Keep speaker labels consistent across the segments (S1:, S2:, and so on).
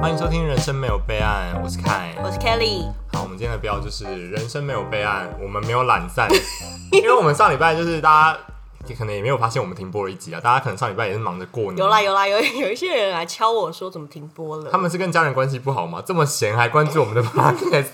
S1: 欢迎收听《人生没有备案》，我是凯。
S2: 我是 Kelly，
S1: 好，我们今天的标就是“人生没有备案，我们没有懒散”， 因为我们上礼拜就是大家也可能也没有发现我们停播了一集啊，大家可能上礼拜也是忙着过年。
S2: 有啦有啦有有一些人来敲我说怎么停播了，
S1: 他们是跟家人关系不好吗？这么闲还关注我们的 podcast，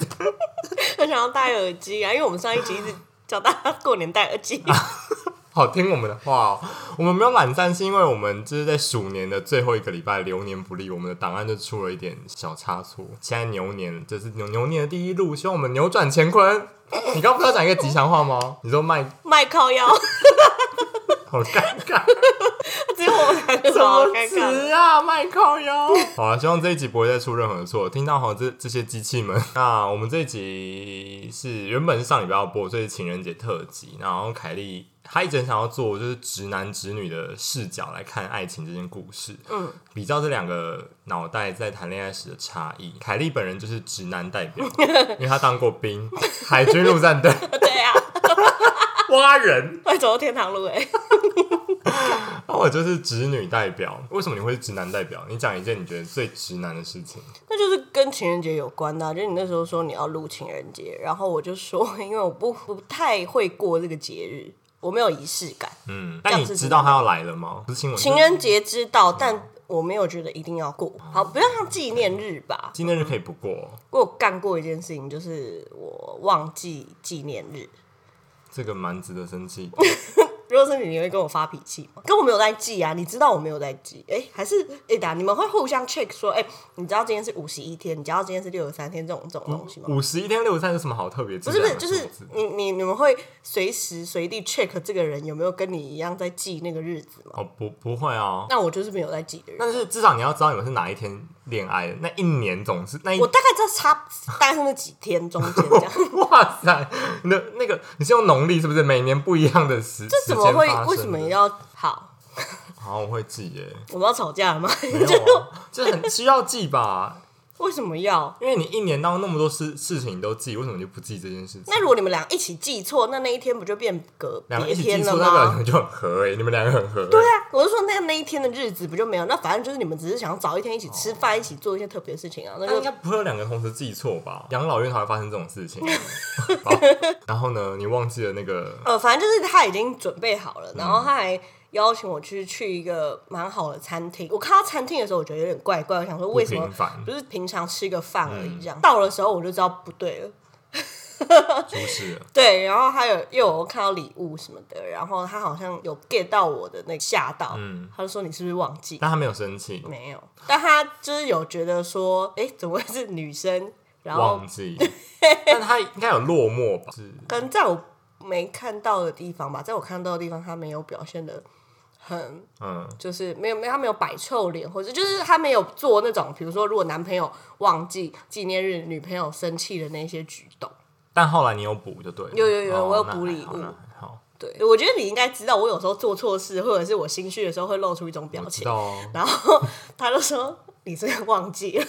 S2: 很 想要戴耳机啊，因为我们上一集一直叫大家过年戴耳机，
S1: 好听我们的话哦。我们没有懒散，是因为我们就是在鼠年的最后一个礼拜流年不利，我们的档案就出了一点小差错。现在牛年，这、是牛牛年的第一路，希望我们扭转乾坤。你刚不是要讲一个吉祥话吗？你说卖
S2: 麦靠腰，
S1: 好尴尬。
S2: 只有我们两 个好尴尬。
S1: 啊，卖靠腰。 好啊了，希望这一集不会再出任何的错。听到好这这些机器们， 那我们这一集是原本是上礼拜要播，所以是情人节特辑。然后凯莉她一直很想要做就是直男直女的视角来看爱情这件故事，
S2: 嗯，
S1: 比较这两个脑袋在谈恋爱时的差异。凯莉本人就是直男代表， 因为她当过兵， 海军陆战队，
S2: 对啊，
S1: 挖人。
S2: 快走到天堂路哎、
S1: 那我就是直女代表，为什么你会是直男代表？你讲一件你觉得最直男的事情。
S2: 那就是跟情人节有关的啊、就是你那时候说你要录情人节，然后我就说， 因为我不不太会过这个节日，我没有仪式感。
S1: 嗯，但你知道他要来了吗？不是新闻，
S2: 情人节知道，但我没有觉得一定要过。好，不要像纪念日吧。
S1: 纪念日可以不过，
S2: 我有干过一件事情，就是我忘记纪念日。
S1: 这个蛮值得生气。
S2: 如果是你，你会跟我发脾气吗？跟我没有在记啊，你知道我没有在记。哎、还是哎打、你们会互相 check 说，哎、你知道今天是五十一天，你知道今天是六十三天这种这种东西吗？
S1: 五十一天六十三有什么好特别？
S2: 不是不是，就是你你你们会随时随地 check 这个人有没有跟你一样在记那个日子吗？
S1: 哦，不不会啊。
S2: 那我就是没有在记的人。
S1: 但是至少你要知道你们是哪一天恋爱的，那一年总是那一
S2: 我大概知道差大概是那几天中间这 样，
S1: 哇塞，你的那个你是用农历是不是？每年不一样的时，
S2: 这怎么会
S1: 时间发生的
S2: 为什么？要好？
S1: 好，我会记 耶，
S2: 我们要吵架了吗？
S1: 没有啊，这很需要记吧？
S2: 为什么要？
S1: 因为你一年当中那么多事事情你都记，为什么你就不记这件事情？
S2: 那如果你们俩一起记错，那那一天不就变隔
S1: 两个
S2: 别
S1: 一起记
S2: 天了
S1: 错，那个
S2: 吗？
S1: 人就很合诶、你们两个很合、欸。
S2: 对啊，我就说那那一天的日子不就没有？那反正就是你们只是想要早一天一起吃饭，一起做一些特别的事情啊。那
S1: 那应
S2: 就
S1: 该不会有两个同时记错吧？养老院才会发生这种事 情。好然后呢，你忘记了那个
S2: 呃，反正就是他已经准备好了，然后他还邀请我去去一个蛮好的餐厅。我看到餐厅的时候，我觉得有点怪怪，我想说
S1: 不
S2: 为什么
S1: 平凡
S2: 就是平常吃个饭而已
S1: 嗯
S2: 这样。到的时候我就知道不对了。
S1: 出事了，
S2: 对，然后还有又有看到礼物什么的，然后他好像有 get 到我的那个吓到，
S1: 嗯
S2: 他就说你是不是忘记？
S1: 但他没有生气，
S2: 没有，但他就是有觉得说，哎、怎么会是女生？然后
S1: 忘记，但他应该有落寞吧？是
S2: 可能在我没看到的地方吧，在我看到的地方，他没有表现的很，
S1: 嗯，
S2: 就是没有没有他没有摆臭脸，或者就是他没有做那种，比如说如果男朋友忘记纪念日，女朋友生气的那些举动。
S1: 但后来你有补就对了，
S2: 有有有
S1: 哦
S2: 我有
S1: 那
S2: 补
S1: 还
S2: 礼
S1: 好
S2: 物
S1: 那还好，
S2: 对，我觉得你应该知道，我有时候做错事，或者是我心虚的时候会露出一种表
S1: 我知
S2: 情。
S1: 道哦，
S2: 然后 他就说：“你这个忘记了。”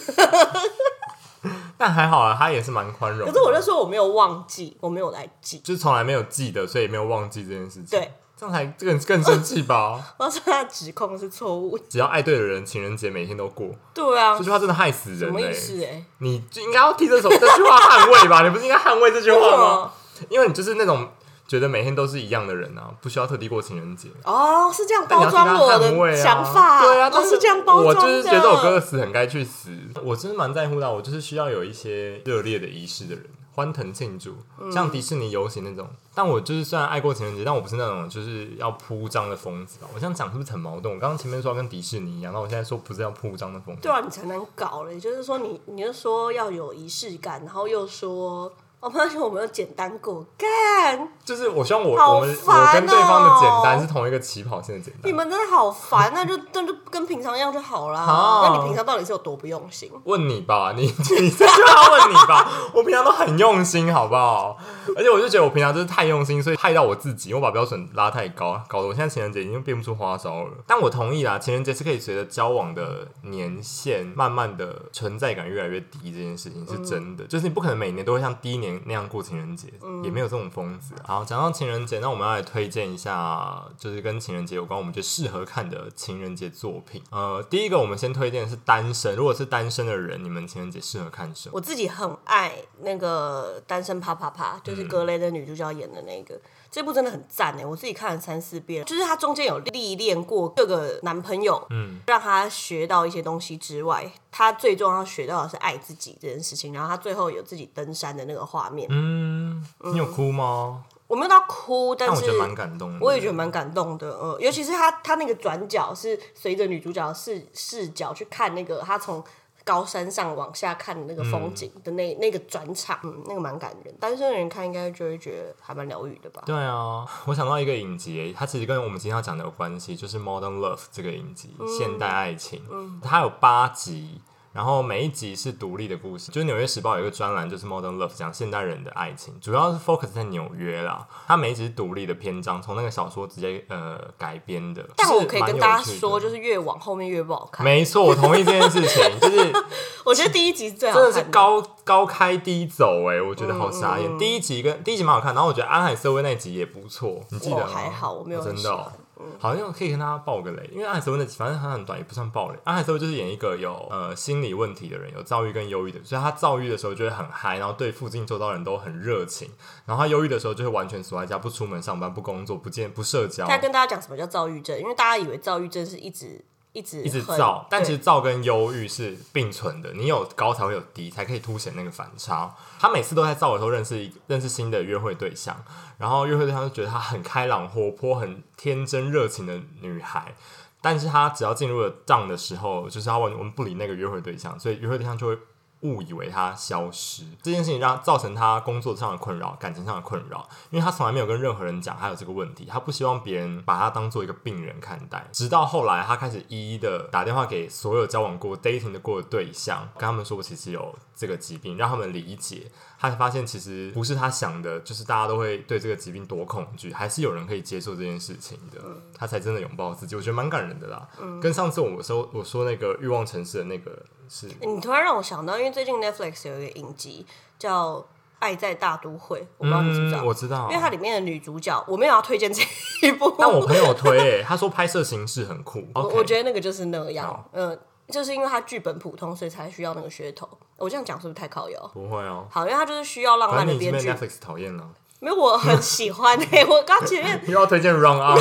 S1: 但还好啊，他也是蛮宽容的。
S2: 可是我就说我没有忘记，我没有来记。
S1: 就是从来没有记得，所以没有忘记这件事情。
S2: 对，
S1: 这样才更更生气吧？
S2: 然后说他的指控是错误的。
S1: 只要爱对的人，情人节每天都过。
S2: 对啊
S1: 这，句话真的害死
S2: 什
S1: 人
S2: 么
S1: 嘞、
S2: 意思、欸？
S1: 你就应该要替这首这句话捍卫吧？你不是应该捍卫这句
S2: 哎，为什
S1: 话吗？
S2: 么？
S1: 因为你就是那种觉得每天都是一样的人啊，不需要特地过情人节。
S2: 哦，是这样
S1: 但你要
S2: 包
S1: 替
S2: 装
S1: 他
S2: 我
S1: 捍卫
S2: 的
S1: 啊
S2: 想法，
S1: 对啊，
S2: 哦
S1: 但，
S2: 是这样包装
S1: 我
S2: 的。
S1: 就是觉得我哥的死很该去死，我真的蛮在乎的啊。我就是需要有一些热烈的仪式的人，欢腾庆祝，像迪士尼游行那种。但我就是虽然爱过情人节，但我不是那种就是要铺张的疯子吧。我这样讲是不是很矛盾？我刚刚前面说要跟迪士尼一样，那我现在说不是要铺张的疯子
S2: 对。啊，你才能搞嘞。就是说你，你就说要有仪式感，然后又说。我发现我们有简单过，干！
S1: 就是我希望我、
S2: 好
S1: 我们
S2: 烦
S1: 我跟对方的简单
S2: 哦
S1: 是同一个起跑线的简
S2: 你
S1: 单。
S2: 们真的好烦，那就那就跟平常一样就好啦。
S1: 好
S2: 那你平常到底是有多不用心？
S1: 问你吧，你你这就要问你吧，我平常都很用心，好不好？而且我就觉得我平常就是太用心，所以害到我自己，我把标准拉太高，搞得我现在情人节已经变不出花招了。但我同意啦，情人节是可以随着交往的年限，慢慢的存在感越来越低，这件事情是真的，就是你不可能每年都会像第一年年那样过情人节，也没有这种疯子。啊好，讲到情人节，那我们要来推荐一下，就是跟情人节有关，我们觉得适合看的情人节作品。呃，第一个我们先推荐的是单身，如果是单身的人，你们情人节适合看什么？
S2: 我自己很爱那个《单身啪啪啪》，就是格雷的女主角演的那个，这部真的很赞哎！我自己看了三四遍，就是她中间有历练过各个男朋友，嗯，让她学到一些东西之外，她最重要学到的是爱自己这件事情。然后她最后有自己登山的那个画面，
S1: 嗯，你有哭吗？
S2: 我没有到哭，但
S1: 但我
S2: 是
S1: 觉得蛮感动的。
S2: 我也觉得蛮感动的，呃，尤其是他他那个转角是随着女主角视视角去看那个他从高山上往下看的那个
S1: 嗯
S2: 风景的那、那个转场，嗯，那个蛮感人。单身的人看应该就会觉得还蛮疗愈的吧。
S1: 对啊， 我想到一个影集，它其实跟我们今天要讲的有关系，就是《Modern Love》这个影集，现代爱情，
S2: 嗯
S1: 它有八集。然后每一集是独立的故事，就是《纽约时报》有一个专栏，就是《Modern Love》讲现代人的爱情，主要是 focus 在纽约啦。它每一集是独立的篇章，从那个小说直接呃改编的。
S2: 但我
S1: 是
S2: 可以
S1: 蛮
S2: 跟
S1: 有
S2: 大家
S1: 趣的
S2: 说，就是越往后面越不好看。
S1: 没错，我同意这件事情， 就是
S2: 我觉得第一集最好
S1: 真
S2: 看
S1: 的是高高开低走哎、我觉得好
S2: 嗯
S1: 傻眼。第一集跟第一集蛮好看，然后我觉得安海瑟薇那集也不错，你记得吗？
S2: 我哦还好我没有
S1: 哦
S2: 嗯很
S1: 真的哦、好像可以跟大家爆个雷，因为安海瑟薇那集反正它很短，也不算爆雷。安海瑟薇就是演一个有呃心理问题的人，有躁郁跟忧郁的，所以他躁郁的时候就会很嗨，然后对附近周遭人都很热情，然后他忧郁的时候就会完全锁在家，不出门上班，不工作，不见不社交，
S2: 他跟大家讲什么叫躁郁症，因为大家以为躁郁症是一直一直
S1: 一直
S2: 很
S1: 躁，但
S2: 对
S1: 其实躁跟忧郁是并存的，你有高才会有低，才可以凸显那个反差。他每次都在躁的时候认识一认识新的约会对象，然后约会对象就觉得她很开朗、活泼、很天真、热情的女孩。但是她只要进入了账的时候，就是她完全不理那个约会对象，所以约会对象就会误以为她消失。这件事情让造成她工作上的困扰、感情上的困扰，因为她从来没有跟任何人讲她有这个问题，她不希望别人把她当做一个病人看待。直到后来，她开始一一的打电话给所有交往过、dating 的过的对象，跟他们说我其实有这个疾病，让他们理解。她才发现其实不是她想的，就是大家都会对这个疾病多恐惧，还是有人可以接受这件事情的。她才真的拥抱自己，我觉得蛮感人的啦。跟上次我说我说那个欲望城市的那个是
S2: 你突然让我想到，因为最近 Netflix 有一个影集叫《爱在大都会》，我不知道你知不知道，
S1: 嗯我知道，
S2: 因为它里面的女主角，我没有要推荐这一部，
S1: 但我朋友推、欸，他说拍摄形式很酷。
S2: 我
S1: OK
S2: 我觉得那个就是那样
S1: 好，
S2: 嗯、就是因为它剧本普通，所以才需要那个噱头。我这样讲是不是太靠腰？
S1: 不会哦、
S2: 好，因为它就是需要浪
S1: 反
S2: 漫
S1: 正
S2: 的
S1: 你已经
S2: 编
S1: 被
S2: 剧，
S1: Netflix 讨厌了，
S2: 没有我很喜欢诶、我刚前面
S1: 又要推荐 Run On，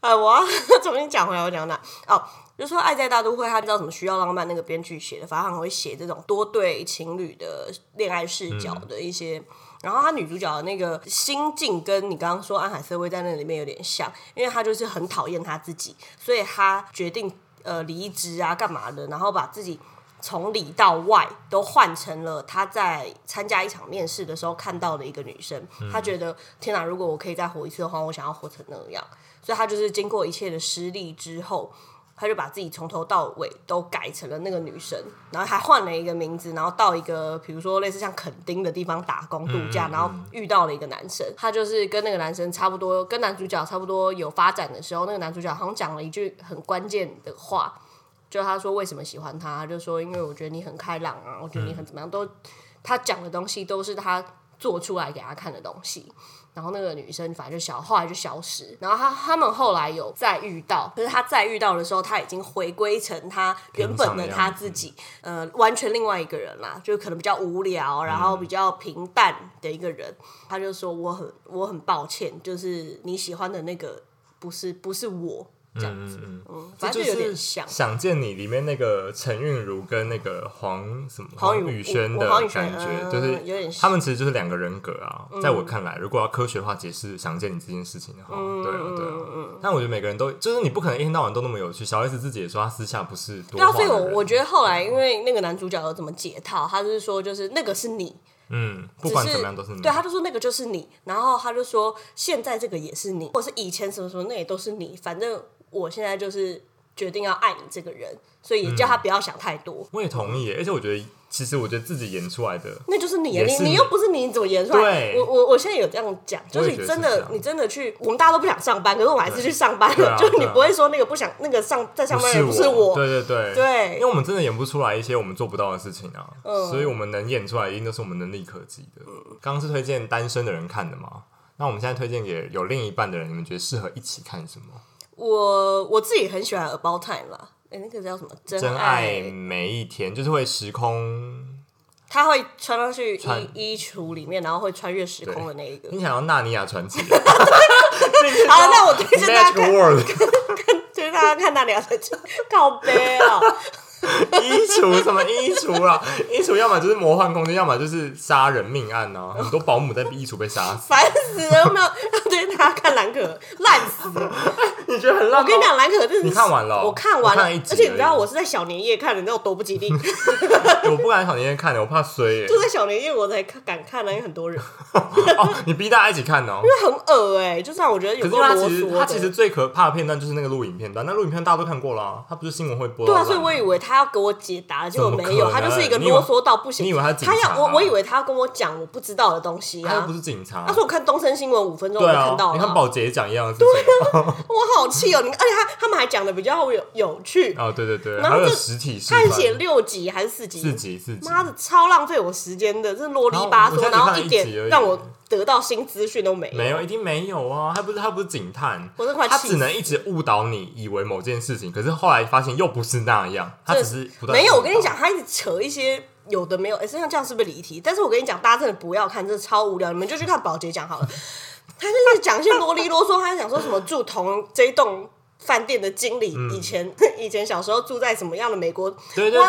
S2: 哎，我要 重新讲回来，我讲到哪？哦，就说《爱在大都会》，他知道什么需要浪漫那个编剧写的，反正他很会写这种多对情侣的恋爱视角的一些。然后她女主角的那个心境跟你刚刚说安海瑟薇在那里面有点像，因为她就是很讨厌她自己，所以她决定呃离职啊干嘛的，然后把自己从里到外都换成了他在参加一场面试的时候看到的一个女生。他觉得天哪，如果我可以再活一次的话，我想要活成那样。所以他就是经过一切的失利之后，他就把自己从头到尾都改成了那个女生，然后还换了一个名字，然后到一个比如说类似像垦丁的地方打工度假，然后遇到了一个男生，他就是跟那个男生差不多，跟男主角差不多有发展的时候，那个男主角好像讲了一句很关键的话，就他说为什么喜欢他，他就说因为我觉得你很开朗啊，我觉得你很怎么样，都他讲的东西都是他做出来给他看的东西。然后那个女生反正就消，后来就消失。然后他他们后来有再遇到，可是他再遇到的时候，他已经回归成他原本的他自己，呃，完全另外一个人啦，就可能比较无聊，然后比较平淡的一个人。他就说我很我很抱歉，就是你喜欢的那个不是不是我这样子，嗯 反正
S1: 就
S2: 就有点
S1: 是
S2: 像。
S1: 想见你》里面那个陈韵如跟那个黄什么
S2: 黄
S1: 宇
S2: 宇
S1: 轩的
S2: 我黄宇轩
S1: 感觉，
S2: 嗯
S1: 就是
S2: 有点像嗯
S1: 他们其实就是两个人格啊。在我看来，如果要科学化解释《想见你》这件事情的话，
S2: 嗯
S1: 对啊对啊。但我觉得每个人都就是你不可能一天到晚都那么有趣。小 S 自己也说她私下不是多
S2: 对啊，
S1: 话
S2: 所以我
S1: 的人，嗯
S2: 我觉得后来因为那个男主角有怎么解套，他就是说就是那个是你，
S1: 嗯，不
S2: 只
S1: 管怎么样都是你
S2: 对，他就说那个就是你，然后他就说现在这个也是你，或是以前什么什么那也都是你，反正我现在就是决定要爱你这个人，所以也叫他
S1: 嗯
S2: 不要想太多。
S1: 我也同意耶，而且我觉得，其实我觉得自己演出来的，
S2: 那就是你啊，
S1: 也
S2: 你
S1: 是
S2: 你
S1: 你
S2: 又不是你，你怎么演出来？
S1: 对
S2: 我我我现在有这样讲，就
S1: 我
S2: 是
S1: 也
S2: 你
S1: 觉得
S2: 真
S1: 是这
S2: 的
S1: 样
S2: 你真的去，我们大家都不想上班，可是我还是去上班
S1: 对
S2: 了。
S1: 啊
S2: 就是你
S1: 对啊
S2: 不会说那个不想那个上在上班的人不是
S1: 我，
S2: 我，
S1: 对对对
S2: 对
S1: 因为我们真的演不出来一些我们做不到的事情啊，
S2: 嗯
S1: 所以我们能演出来一定都是我们能力可及的。刚刚是推荐单身的人看的嘛，那我们现在推荐给有另一半的人，你们觉得适合一起看什么？
S2: 我我自己很喜欢 About Time 啦。哎、那个叫什么？真
S1: 真爱
S2: 爱，
S1: 每一天，就是会时空。
S2: 他会穿上去
S1: 穿
S2: 衣衣橱里面，然后会穿越时空的那一个。
S1: 你想要《纳尼亚传 奇》
S2: 好，那我推荐大家
S1: ？Magic
S2: 看，
S1: World
S2: 推荐大家看那两个字，靠背啊。
S1: 衣橱什么衣橱啦？衣橱要么就是魔幻空间，要么就是杀人命案啊！很多保姆在衣橱被杀死，
S2: 烦死了！有没有要推荐大家看蓝可儿，烂死了！
S1: 你觉得很浪
S2: 我跟你讲，蓝可儿真的是
S1: 你看完了哦
S2: 我看完了，
S1: 我看了一集
S2: 而且你知道
S1: 而已
S2: 我是在小年夜看的，你知道我多不吉利， 就
S1: 我不敢小年夜看的，我怕衰耶、
S2: 在小年夜我才看敢看呢，因为很多人，
S1: 哦，你逼大家一起看哦。
S2: 因为很恶哎、就算我觉得
S1: 可
S2: 有
S1: 是
S2: 够
S1: 因为他
S2: 啰
S1: 其实
S2: 嗦
S1: 他其实
S2: 的。
S1: 最可怕的片段就是那个录影片段，那录影片段大家都看过啦，他不是新闻会播到
S2: 对啊，
S1: 烂吗。
S2: 所以我以为他要给我解答，结果
S1: 怎么
S2: 没有，
S1: 可
S2: 他
S1: 能啊
S2: 就是一个
S1: 你以为
S2: 啰嗦到不行。
S1: 你以为他是警察
S2: 他要我，我以为他要跟我讲我不知道的东西
S1: 他又
S2: 啊
S1: 不。是警察，
S2: 他说我看东森新闻五分钟我
S1: 对
S2: 就
S1: 啊
S2: 看到，了
S1: 你
S2: 啊，
S1: 看保洁也讲一样的事情
S2: 我好气哦！你而且他他们还讲的比较有有趣，
S1: 哦，对对对，
S2: 啊然后
S1: 还有
S2: 这
S1: 实体示
S2: 他
S1: 范
S2: 还写六集还是四集？
S1: 四集四集，
S2: 妈的，超浪费我时间的，这啰里吧嗦，
S1: 然后我现在只看了
S2: 然后一
S1: 一集而
S2: 点
S1: 已
S2: 让我得到新资讯都没有。
S1: 没有，一定没有啊！他不是他不是警探，
S2: 我都快
S1: 他
S2: 气
S1: 只能一直误导你，以为某件事情，可是后来发现又不是那样，他只是不断
S2: 没有，
S1: 误
S2: 我跟你
S1: 导
S2: 讲，，他一直扯一些有的没有，哎、身上这样是不是离题？但是我跟你讲，大家真的不要看，真的超无聊，你们就去看宝洁讲好了。 他就是讲一些啰里啰嗦，他还讲说什么住同这一栋饭店的经理，
S1: 嗯
S2: 以前 以前小时候住在什么样的美国？
S1: 对对对，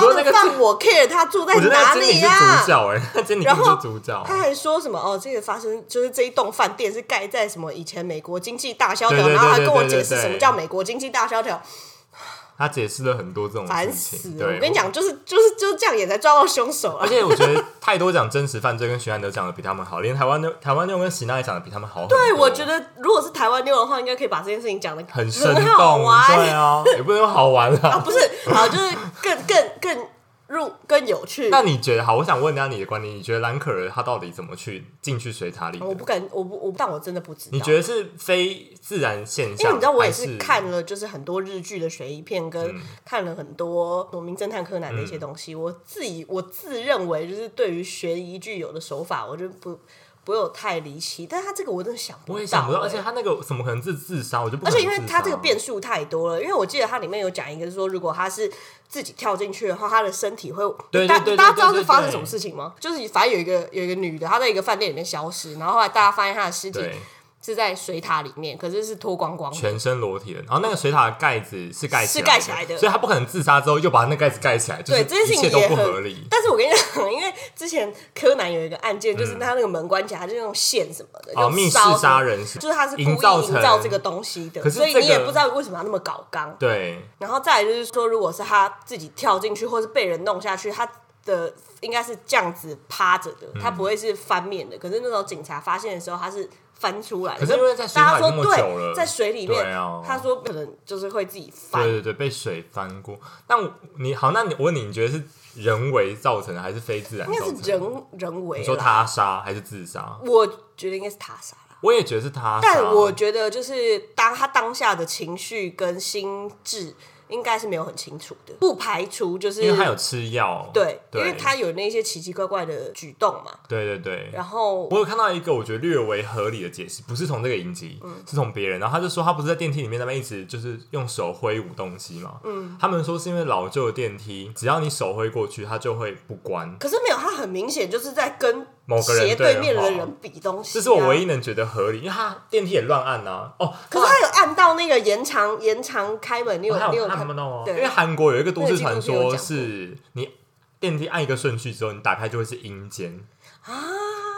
S1: 我说那个
S2: 饭我 care 他住在
S1: 我觉得那
S2: 哪
S1: 个经理
S2: 里
S1: 是
S2: 呀、
S1: 主角哎、 那经理
S2: 啊然
S1: 不是
S2: 后
S1: 主角，
S2: 他还说什么哦，这个发生就是这一栋饭店是盖在什么以前美国经济大萧条，
S1: 对对对
S2: 然后还跟我
S1: 对对
S2: 解释
S1: 对
S2: 什么叫美国经济大萧条，
S1: 他解释了很多这种
S2: 烦
S1: 事
S2: 死
S1: 情。
S2: 了！
S1: 对，
S2: 我跟你，讲，就是就是就是这样也才抓到凶手啊
S1: 而！且我觉得太多讲真实犯罪跟悬案都讲的比他们好，连台湾的台湾妞跟喜娜也讲的比他们好。
S2: 对，
S1: 对
S2: 我觉得如果是台湾妞的话，应该可以把这件事情讲的
S1: 很生
S2: 很好
S1: 动，对
S2: 玩
S1: 啊，也不能说好玩
S2: 啊，
S1: 啦。
S2: 不是好，就是更更更入更有趣。
S1: 那你觉得好？我想问一下你的观点，你觉得兰可儿她到底怎么去进去水塔里的？
S2: 我不敢，我不我不但我真的不知道。
S1: 你觉得是非自然现象？
S2: 因为你知道，我也
S1: 还
S2: 是
S1: 是嗯
S2: 看了就是很多日剧的悬疑片，跟看了很多《名侦探柯南》的一些东西。我自己我自认为就是对于悬疑剧有的手法，我就不不会有太离奇。但他这个我真的想不到、
S1: 我也想不到，而且
S2: 欸
S1: 他那个怎么可能自自杀？我就不可
S2: 而
S1: 能
S2: 且
S1: 自
S2: 因
S1: 杀
S2: 为他这个变数太多了，因为我记得它里面有讲一个说，如果他是自己跳进去的话，他的身体会。
S1: 对对
S2: 大
S1: 对对
S2: 大家知道
S1: 对
S2: 是
S1: 对
S2: 发生什么
S1: 对
S2: 事情吗？就是反正有一个有一个女的，她在一个饭店里面消失，然后后来大家发现她的尸体
S1: 对
S2: 是在水塔里面，可是是脱光光的。
S1: 全身裸体的，然后那个水塔的盖子是盖起
S2: 是盖起来的
S1: 所以他不可能自杀之后又把那盖子盖起来，就是
S2: 对，这件事
S1: 一切
S2: 情
S1: 都
S2: 也
S1: 不
S2: 很
S1: 合理。
S2: 但是我跟你讲，因为之前柯南有一个案件，就是他那个门关起来，他就用线什么的，
S1: 哦
S2: 就
S1: 密室
S2: 烧什么
S1: 杀人是
S2: 就是他是故意营
S1: 营造成
S2: 造这个东西的，
S1: 可是
S2: 所以
S1: 这
S2: 你也
S1: 个
S2: 不知道为什么要那么搞刚。
S1: 对，
S2: 然后再来就是说，如果是他自己跳进去，或是被人弄下去，他的应该是这样子趴着
S1: 嗯
S2: 的，他不会是翻面的。可是那时候警察发现的时候，他是翻出来的。
S1: 可是因为在水
S2: 大家
S1: 塔
S2: 说
S1: 已经那么久
S2: 对，
S1: 了
S2: 在水里面，
S1: 对啊
S2: 他说可能就是会自己翻。
S1: 对对对，被水翻过。那我你好，那你我问你，你觉得是人为造成的还是非自然
S2: 应
S1: 造
S2: 该是
S1: 成的？
S2: 人人为
S1: 你说
S2: 啦
S1: 他杀还是自杀？
S2: 我觉得应该是他杀啦。
S1: 我也觉得是他杀，啊
S2: 但我觉得就是当他当下的情绪跟心智应该是没有很清楚的，不排除就是
S1: 因为他有吃药，
S2: 对，
S1: 对，
S2: 因为他有那些奇奇怪怪的举动嘛。
S1: 对对对，
S2: 然后
S1: 我有看到一个我觉得略为合理的解释，不是从这个影集，
S2: 嗯
S1: 是从别人。然后他就说他不是在电梯里面那边一直就是用手挥舞东西嘛，嗯，他们说是因为老旧的电梯，只要你手挥过去，它就会不关。
S2: 可是没有，他很明显就是在跟
S1: 某个人
S2: 斜
S1: 对
S2: 对面的
S1: 话
S2: 人比东西、啊。
S1: 这是我唯
S2: 一。
S1: 一能觉得合理，因为他电梯也乱按呐、哦，
S2: 可是他有按到那个延长延长开门，你有、
S1: 我看
S2: 你
S1: 有
S2: 有
S1: 看
S2: 看
S1: 不到啊，因
S2: 对
S1: 为韩国有一个都市传
S2: 那个纪录片有
S1: 说
S2: 讲过
S1: 是你电梯按一个顺序之后，你打开就会是阴间。
S2: 啊？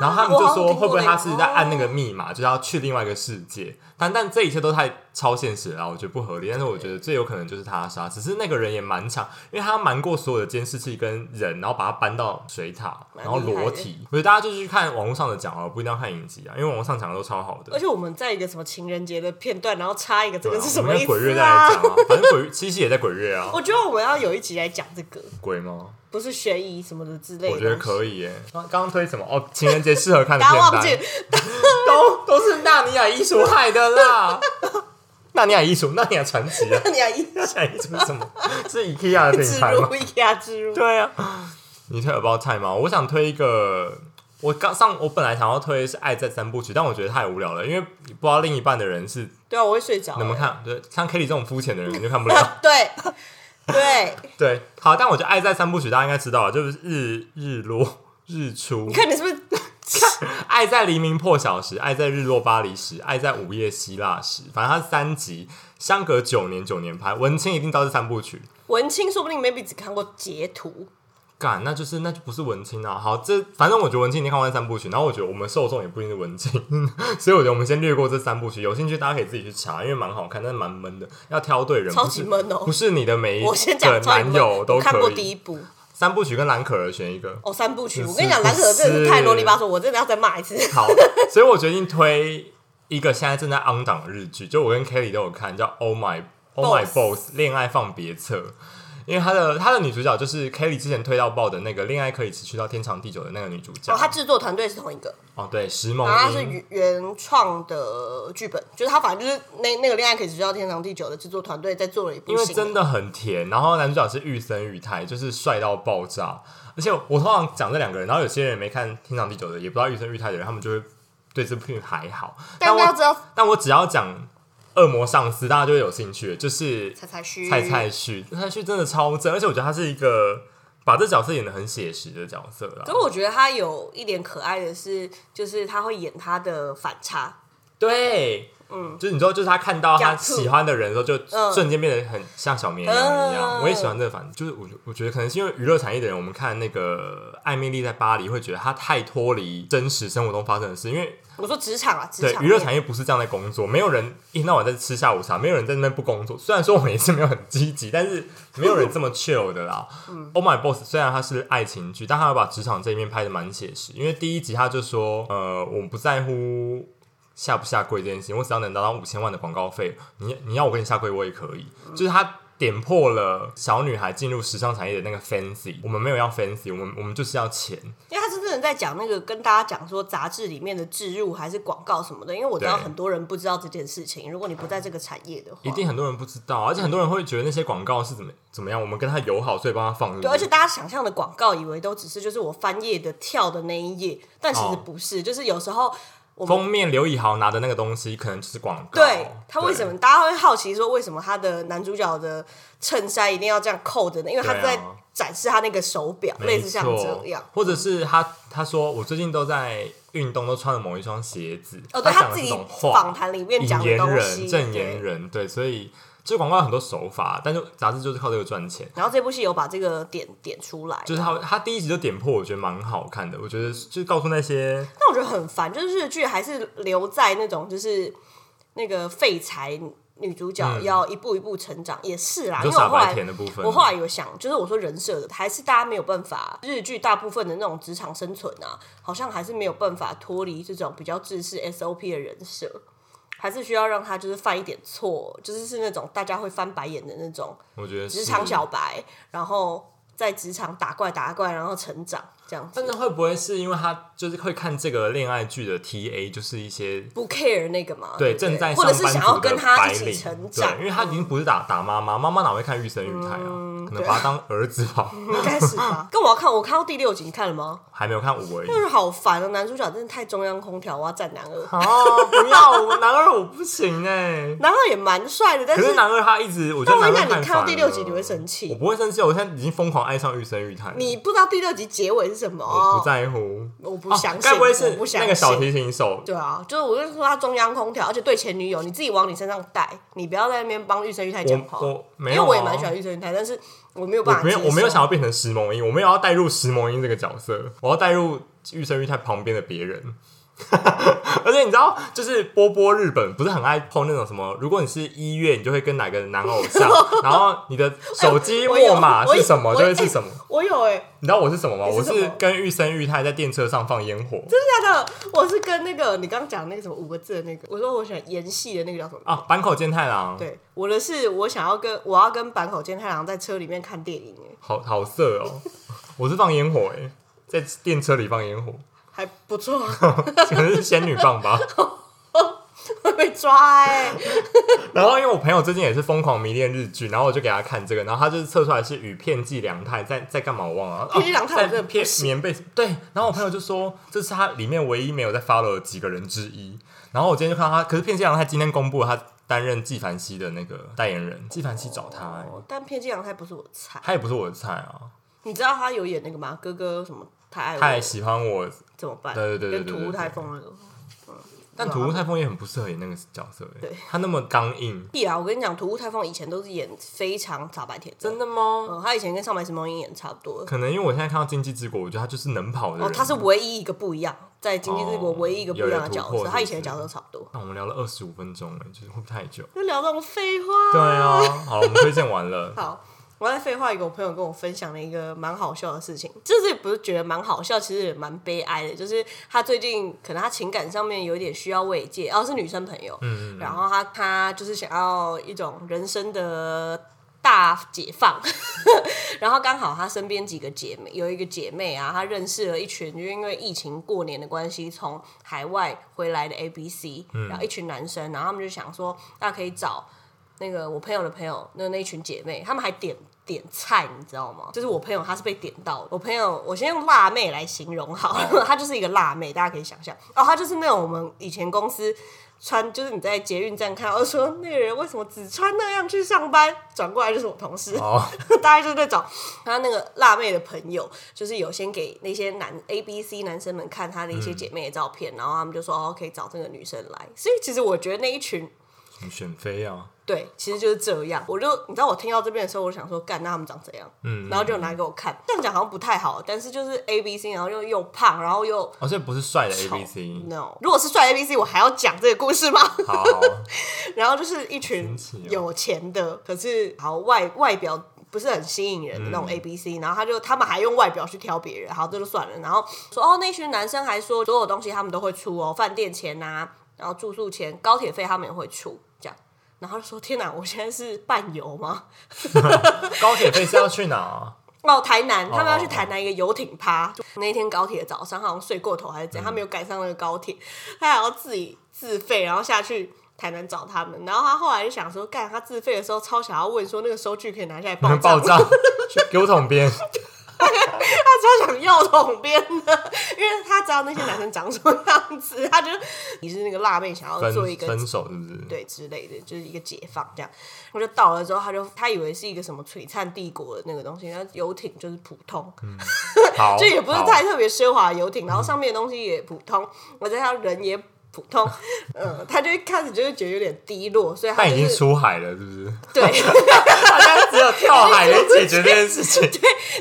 S1: 然后他们
S2: 我
S1: 就
S2: 好像
S1: 说，
S2: 听
S1: 会
S2: 过
S1: 不会
S2: 那个
S1: 他是在按那个密码，就是要去另外一个世界？但但这一切都太超现实啊，我觉得不合理。但是我觉得最有可能就是他杀，只是那个人也蛮强，因为他瞒过所有的监视器跟人，然后把他搬到水塔，
S2: 蛮
S1: 然后
S2: 厉害的
S1: 裸体。我觉得大家就去看网络上的讲啊，不一定要看影集啊，因为网络上讲的都超好的
S2: 而。且我们在一个什么情人节的片段，然后插一个这
S1: 对
S2: 个
S1: 啊
S2: 是什
S1: 我
S2: 么
S1: 们
S2: 意
S1: 跟鬼月
S2: 思
S1: 再来
S2: 啊？
S1: 讲啊，反正鬼七夕也在鬼月啊，
S2: 我觉得我们要有一集来讲这个，
S1: 鬼吗？
S2: 不是悬疑什么的之类的。
S1: 我觉得可以耶。刚刚刚推什么？哦，情人节适合看的
S2: 大
S1: 片
S2: 家忘记
S1: 单，都都是纳尼亚艺术害的啦。 纳尼亚艺术，纳尼亚传奇啊，
S2: 那你还一直
S1: 纳尼亚艺术是什么？是 IKEA 的
S2: 植
S1: 品牌吗
S2: 入？一压植 入，
S1: 对啊，你推 About Time 吗？我想推一个，我刚上我本来想要推是《爱在三部曲》，但我觉得太无聊了，因为不知道另一半的人是
S2: 对啊，我会睡着。
S1: 能不能？看，对，像 Kelly 这种肤浅的人你就看不 了。
S2: 对对，
S1: 对，好，但我觉得《爱在三部曲》大家应该知道了，就是日日落、日出
S2: 你，看你是不是？
S1: 爱在黎明破晓时，爱在日落巴黎时，爱在午夜希腊时，反正它是三集，相隔九年九年拍，文青一定到这三部曲。
S2: 文青说不定 maybe 只看过截图，
S1: 干，那就是那就不是文青啊。好，这反正我觉得文青已经看完三部曲，然后我觉得我们受众也不一定是文青， 所以我觉得我们先略过这三部曲。有兴趣大家可以自己去查，因为蛮好看，但是蛮闷的，要挑对人，
S2: 超
S1: 不是
S2: 级闷哦
S1: 不是你的每一
S2: 我先讲
S1: 个
S2: 超级
S1: 男
S2: 闷
S1: 友都
S2: 我看过
S1: 可
S2: 第一
S1: 以。
S2: 部
S1: 三部曲跟蓝可儿选一个。
S2: 哦，三部曲。
S1: 是
S2: 我跟你讲，蓝可儿真的是太
S1: 是啊
S2: 啰里吧嗦，我真的要再骂一 次。
S1: 好，所以我决定推一个现在正在 on 档的日剧，就我跟 Kelly 都有看，叫《Oh My Oh My
S2: Boss
S1: Boss》恋爱放别册。因为她的她的女主角就是 Kelly 之前推到爆的那个《恋爱可以持续到天长地久》的那个女主角
S2: 哦，他制作团队是同一个，
S1: 哦，对，石萌
S2: 然后他是
S1: 英
S2: 原原创的剧本，就是他反正就是那那个恋爱可以持续到天长地久的制作团队在做了一部
S1: 因为
S2: 新的
S1: 真的很甜，然后男主角是玉森裕太，就是帅到爆炸。而且我通常讲这两个人，然后有些人没看《天长地久》的，也不知道玉森裕太的人，他们就会对这部片还好。
S2: 但大家
S1: 我
S2: 知道
S1: 但我只要讲恶魔上司，大家就会有兴趣了，就是
S2: 蔡蔡旭，
S1: 蔡蔡旭，蔡蔡旭真的超正，而且我觉得他是一个把这角色演的很写实的角色啦
S2: 可。是我觉得他有一点可爱的是，就是他会演他的反差，
S1: 对，嗯，就是你知道，就是他看到他
S2: 假兔
S1: 喜欢的人的时候，就
S2: 嗯
S1: 瞬间变得很像小绵羊一样。
S2: 嗯
S1: 我也喜欢这个反，就是我觉我觉得可能是因为娱乐产业的人，我们看那个《艾米丽在巴黎》会觉得他太脱离真实生活中发生的事，因为
S2: 我说职场啊，职
S1: 对
S2: 场
S1: 娱乐
S2: 面
S1: 产业不是这样在工作，没有人一天到晚在吃下午茶，没有人在那边不工作。虽然说我们也是没有很积极，但是没有人这么 chill 的 啦。oh
S2: 嗯
S1: my boss 虽然它是爱情剧，但他要把职场这一面拍的蛮写实。因为第一集他就说，呃，我不在乎下不下跪这件事情，我只要能拿到五千万的广告费，你你要我跟你下跪我也可以。
S2: 嗯
S1: 就是他。点破了小女孩进入时尚产业的那个 fancy，我们没有要 fancy，我们我们就是要钱，
S2: 因为他是真的在讲那个跟大家讲说杂志里面的置入还是广告什么的，因为我知道
S1: 对
S2: 很多人不知道这件事情，如果你不在这个产业的话，
S1: 一定很多人不知道，而且很多人会觉得那些广告是怎么怎么样，我们跟他友好，所以帮他放入。
S2: 对，而且大家想象的广告以为都只是就是我翻页的跳的那一页，但其实
S1: 哦
S2: 不是，就是有时候我们
S1: 封面刘以豪拿的那个东西，可能就是广告。
S2: 对他为什么大家会好奇说为什么他的男主角的衬衫一定要这样扣着呢？因为他
S1: 对啊
S2: 在展示他那个手表，
S1: 对
S2: 类似像
S1: 没错
S2: 这样。
S1: 或者是他他说我最近都在运动，都穿了某一双鞋子。
S2: 哦，对
S1: 他
S2: 他自己访
S1: 访
S2: 谈里面
S1: 引
S2: 讲的
S1: 言
S2: 东
S1: 人、
S2: 西，
S1: 证言
S2: 对。
S1: 人，对，所以这广告有很多手法，但是杂志就是靠这个赚钱。
S2: 然后这部戏有把这个点点出来，
S1: 就是他他第一集就点破，我觉得蛮好看的。我觉得就是告诉那些
S2: 但我觉得很烦，就是日剧还是留在那种就是那个废柴女主角
S1: 嗯
S2: 要一步一步成长，也是啦，
S1: 你
S2: 啊
S1: 说
S2: 因为我
S1: 傻
S2: 后
S1: 白
S2: 来
S1: 甜的部分，
S2: 我后来有想，就是我说人设的，还是大家没有办法，日剧大部分的那种职场生存啊，好像还是没有办法脱离这种比较制式 SOP 的人设，还是需要让他就是犯一点错，就是是那种大家会翻白眼的那种
S1: 我觉得
S2: 职
S1: 是
S2: 场小白，然后在职场打怪打怪，然后成长这样
S1: 但
S2: 子，
S1: 是会不会是因为他就是会看这个恋爱剧的 TA，就是一些
S2: 不 care 那个嘛，
S1: 对
S2: 对不对，
S1: 正在
S2: 或
S1: 上
S2: 者是
S1: 班
S2: 想要
S1: 族的
S2: 跟他
S1: 白
S2: 一起
S1: 领，
S2: 成长
S1: 对，，因为他已经不是打打妈妈，妈妈哪会看玉生玉太啊？可能
S2: 对
S1: 把他当儿子吧。
S2: 应该是吧？跟我要看，我看到第六集，你看了吗？
S1: 还没有看五而已
S2: 就。是好烦啊！男主角真的太中央空调，我要站男二。
S1: 哦，不要，我男二我不行哎。
S2: 男二也蛮帅的，但
S1: 可是
S2: 是
S1: 男二他一直，我觉
S2: 但
S1: 得
S2: 我跟
S1: 男
S2: 你
S1: 二太
S2: 讲，你看到
S1: 烦
S2: 第
S1: 了
S2: 六集你会生
S1: 我
S2: 气，
S1: 不会生气，我现在已经疯狂爱上玉生玉太了。
S2: 你不知道第六集结尾是什么
S1: 我
S2: 哦
S1: 不，在乎，
S2: 我不
S1: 哦
S2: 相信，
S1: 该不会
S2: 我
S1: 是
S2: 不
S1: 那
S2: 相信
S1: 个小提琴手？
S2: 对啊，就是我就说他中央空调，而且对前女友你自己往你身上带，你不要在那边帮玉生玉太讲话
S1: 我，我没
S2: 因
S1: 有
S2: 为
S1: 啊，
S2: 我也蛮喜欢玉生玉太，但是我没有办
S1: 我
S2: 法
S1: 没
S2: 接受，
S1: 有，我没有想要变成石萌音，我没有要带入石萌音这个角色，我要带入玉生玉太旁边的别人。 而且你知道，就是波波日本不是很爱碰那种什么，如果你是一月，你就会跟哪个男偶 上，然后你的手机
S2: 我有
S1: 握码
S2: 哎我有
S1: 是什么
S2: 我
S1: 就会是什么。
S2: 我有哎、欸，
S1: 你知道我是什么吗？
S2: 你
S1: 我
S2: 是什么
S1: 是跟玉生玉泰在电车上放烟火
S2: 真的假的？我是跟那个你刚刚讲那个什么五个字的那个，我说我喜欢演戏的那个叫什么？
S1: 啊，坂口健太郎，
S2: 对，我的是我想要跟我要跟坂口健太郎在车里面看电影哎，
S1: 好好色哦。我是放烟火哎、在电车里放烟火，
S2: 还不错，
S1: 可能是仙女棒吧。
S2: 会被抓哎、
S1: 然后因为我朋友最近也是疯狂迷恋日剧，然后我就给他看这个，然后他就是测出来是与片寄凉太在在干嘛我忘了，哦
S2: 片寄凉太我真的
S1: 在
S2: 不
S1: 片
S2: 行
S1: 棉被对，然后我朋友就说这是他里面唯一没有在 follow 的几个人之一，然后我今天就看到他，可是片寄凉太今天公布了他担任纪梵希的那个代言人，纪梵希找他、欸
S2: 哦但偏见阳太不是我的菜，
S1: 他也不是我的菜啊，
S2: 你知道他有演那个吗？哥哥什么太爱我
S1: 他也喜欢我，
S2: 怎么办？
S1: 对对对对对
S2: 跟土屋太凤那个。嗯啊
S1: 但土屋太凤也很不适合演那个角色、欸，
S2: 对
S1: 他那么刚硬，
S2: 屁啊啦！我跟你讲，土屋太凤以前都是演非常傻白甜，
S1: 真的吗？
S2: 嗯，他以前跟上白石萌音演差不多。
S1: 可能因为我现在看到《经济之国》，我觉得他就是能跑的人。
S2: 哦，他是唯一一个不一样，在《经济之国》
S1: 哦
S2: 唯一一个不一样的
S1: 有有突
S2: 角
S1: 破是
S2: 色，
S1: 不是
S2: 他以前的角色差不多。
S1: 那我们聊了二十五分钟了，哎就是会不会太久？
S2: 就聊这种废话。。
S1: 对啊，好，我们推荐完 了
S2: 好，我在废话一个，我朋友跟我分享了一个蛮好笑的事情，就是不是觉得蛮好笑，其实也蛮悲哀的，就是他最近可能他情感上面有一点需要慰藉，哦，是女生朋友，
S1: 嗯，
S2: 然后他他就是想要一种人生的大解放，然后刚好他身边几个姐妹有一个姐妹啊，她认识了一群，就因为疫情过年的关系，从海外回来的 A B C，、然后一群男生，然后他们就想说，那可以找那个我朋友的朋友，那那一群姐妹，他们还点。点菜，你知道吗？就是我朋友，她是被点到的。我朋友，我先用辣妹来形容好了， 她就是一个辣妹，大家可以想象。哦，她就是那种我们以前公司穿，就是你在捷运站看到说那个人为什么只穿那样去上班，转过来就是我同事。
S1: 哦，
S2: 大概就是那种他那个辣妹的朋友，就是有先给那些男 A、B、C 男生们看他的一些姐妹的照片，然后他们就说哦，可以找这个女生来。所以其实我觉得那一群
S1: 什么选妃啊？
S2: 对，其实就是这样。我就你知道，我听到这边的时候，我想说，干，那他们长怎样？
S1: 嗯，
S2: 然后就有拿给我看，这样讲好像不太好，但是就是 A、B、C，然后又又胖，然后又
S1: 哦，所以不是帅的 A
S2: 丑
S1: B C。
S2: No，如果是帅 A、B、C，我还要讲这个故事吗？
S1: 好，
S2: 然后就是一群
S1: 神奇哦
S2: 有钱的，可是好外外表不是很吸引人
S1: 嗯
S2: 的那种 A B C，、然后他就他们还用外表去挑别人，好这就算了。然后说哦，那群男生还说所有东西他们都会出哦，饭店钱呐、然后住宿钱、高铁费他们也会出，这样。然后就说天哪，我现在是伴游吗？
S1: 高铁费是要去哪啊？
S2: 哦，台南，
S1: 哦
S2: 他们要去台南一个游艇趴。就那一天高铁早上好像睡过头还是
S1: 嗯
S2: 怎样，他没有赶上那个高铁，他还要自己自费，然后下去台南找他们。然后他后来就想说，干他自费的时候超想要问说那个收据可以拿下来报账，
S1: 爆 炸，去给我统编。
S2: 他超想要统编的， 因为他知道那些男生长什么样子， 他就你是那个辣妹想要
S1: 分
S2: 做一个
S1: 分手是不是？
S2: 对之类的，就是一个解放这样。我就到了之后，他就他以为是一个什么璀璨帝国的那个东西，那游艇就是普通，
S1: 好，
S2: 就也不是
S1: 好嗯
S2: 太特别奢华的游艇，然后上面的东西也普通，我在他人也普通， 嗯，他就一开始就会觉得有点低落，所以他
S1: 但已
S2: 就
S1: 经
S2: 是
S1: 出海了，是不是？
S2: 对，
S1: 大家只有跳海能解决这件事情。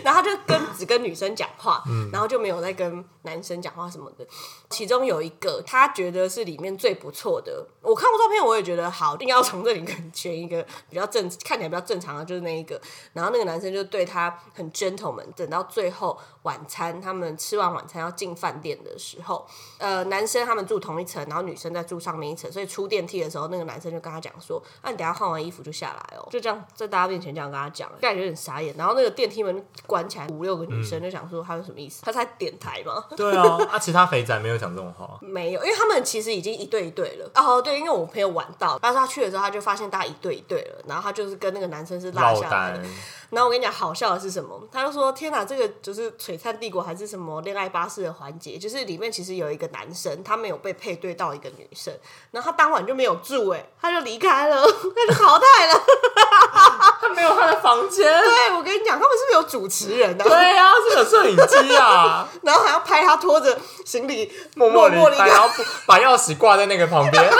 S2: 然后他就跟只跟女生讲话，
S1: 嗯
S2: 然后就没有再跟男生讲话什么的。其中有一个他觉得是里面最不错的，我看过照片，我也觉得好，一定要从这里选一个比较正，看起来比较正常的，就是那一个。然后那个男生就对他很 gentleman，等到最后晚餐，他们吃完晚餐要进饭店的时候，呃，男生他们住同一层，然后女生在住上面一层，所以出电梯的时候，那个男生就跟他讲说：“啊，你等一下换完衣服就下来哦。”就这样在大家面前这样跟他讲，感觉有点傻眼。然后那个电梯门关起来，五六个女生就想说他是什么意思？他在点台吗？
S1: 对啊，啊，其他肥仔没有讲这种话。
S2: 没有，因为他们其实已经一对一对了。哦，对，因为我朋友晚到，但是他去的时候他就发现大家一对一对了，然后他就是跟那个男生是落
S1: 落
S2: 下来的
S1: 单。，
S2: 然后我跟你讲，好笑的是什么？他就说：“天哪，这个就是《璀璨帝国》还是什么《恋爱巴士》的环节，就是里面其实有一个男生，他没有被配对到一个女生，然后他当晚就没有住、哎，他就离开了， 他就淘汰了。
S1: 他没有他的房间。
S2: 对，我跟你讲，他们是不是有主持人呢、啊？
S1: 对啊，是有摄影机啊。
S2: 然后还要拍他拖着行李
S1: 默
S2: 默
S1: 默
S2: 默
S1: 离
S2: 离
S1: 开，
S2: 开
S1: 然后把钥匙挂在那个 旁边，